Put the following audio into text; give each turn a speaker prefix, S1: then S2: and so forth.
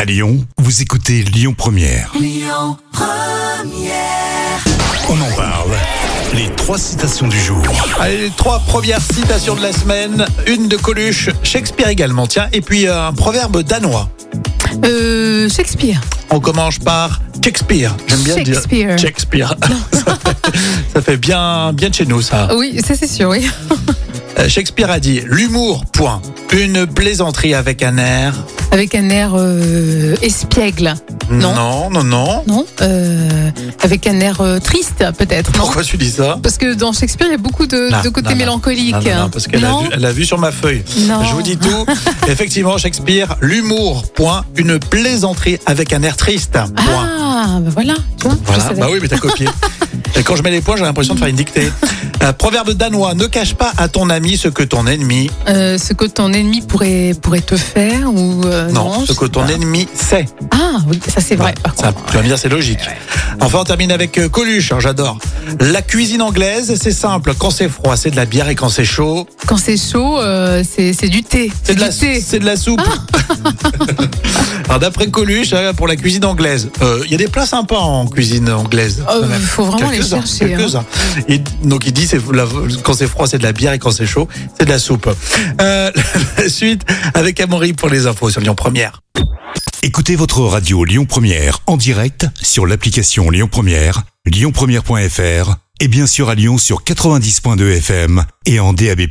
S1: À Lyon, vous écoutez Lyon Première. On en parle. Les trois citations du jour.
S2: Allez, les trois premières citations de la semaine. Une de Coluche, Shakespeare également, tiens. Et puis euh, un proverbe danois.
S3: Euh, Shakespeare.
S2: On commence par Shakespeare. J'aime bien dire
S3: Shakespeare.
S2: Shakespeare. ça, fait, ça fait bien, bien de chez nous, ça.
S3: Oui, ça c'est sûr, oui. Oh.
S2: Euh, Shakespeare a dit l'humour, point. Une plaisanterie avec un air.
S3: Avec un air euh, espiègle. Non.
S2: non, non. non.
S3: Non euh, Avec un air euh, triste, peut-être. Non
S2: Pourquoi tu dis ça
S3: Parce que dans Shakespeare, il y a beaucoup de,
S2: Non,
S3: de côté
S2: non, non.
S3: mélancolique.
S2: Non, non, non, parce qu'elle a, vu- elle a vu sur ma feuille.
S3: Non.
S2: Je vous dis tout. Effectivement, Shakespeare, l'humour, point. Une plaisanterie avec un air triste, point.
S3: Ah, ben voilà. Tu vois, je
S2: Voilà.
S3: savais.
S2: Bah oui, mais t'as copié. Et quand je mets les points, j'ai l'impression de faire une dictée. Euh, proverbe danois, ne cache pas à ton ami ce que ton ennemi.
S3: Euh, ce que ton ennemi pourrait, pourrait te faire ou euh,
S2: non,
S3: non,
S2: ce
S3: je
S2: que
S3: sais
S2: ton
S3: pas.
S2: ennemi sait.
S3: Ah, oui, ça c'est vrai. par
S2: Ça,
S3: contre.
S2: tu vas me dire, c'est logique. Enfin, on termine avec euh, Coluche, hein, j'adore. La cuisine anglaise, c'est simple. Quand c'est froid, c'est de la bière et quand c'est chaud,
S3: Quand c'est chaud, euh, c'est c'est du thé.
S2: c'est de, la
S3: du
S2: sou-
S3: thé.
S2: c'est de la soupe.
S3: Ah.
S2: Alors, d'après Coluche, hein, pour la cuisine anglaise, euh, il y a des plats sympas en cuisine anglaise.
S3: Euh,
S2: quand même.
S3: faut vraiment les
S2: Quelques-uns,
S3: chercher, hein.
S2: quelques-uns. Et donc il dit c'est la- quand c'est froid c'est de la bière et quand c'est chaud c'est de la soupe. Euh, la suite avec Amaury pour les infos sur Lyon Première.
S1: Écoutez votre radio Lyon Première en direct sur l'application Lyon Première, lyonpremière.fr et bien sûr à Lyon sur 90.2 FM et en DAB+.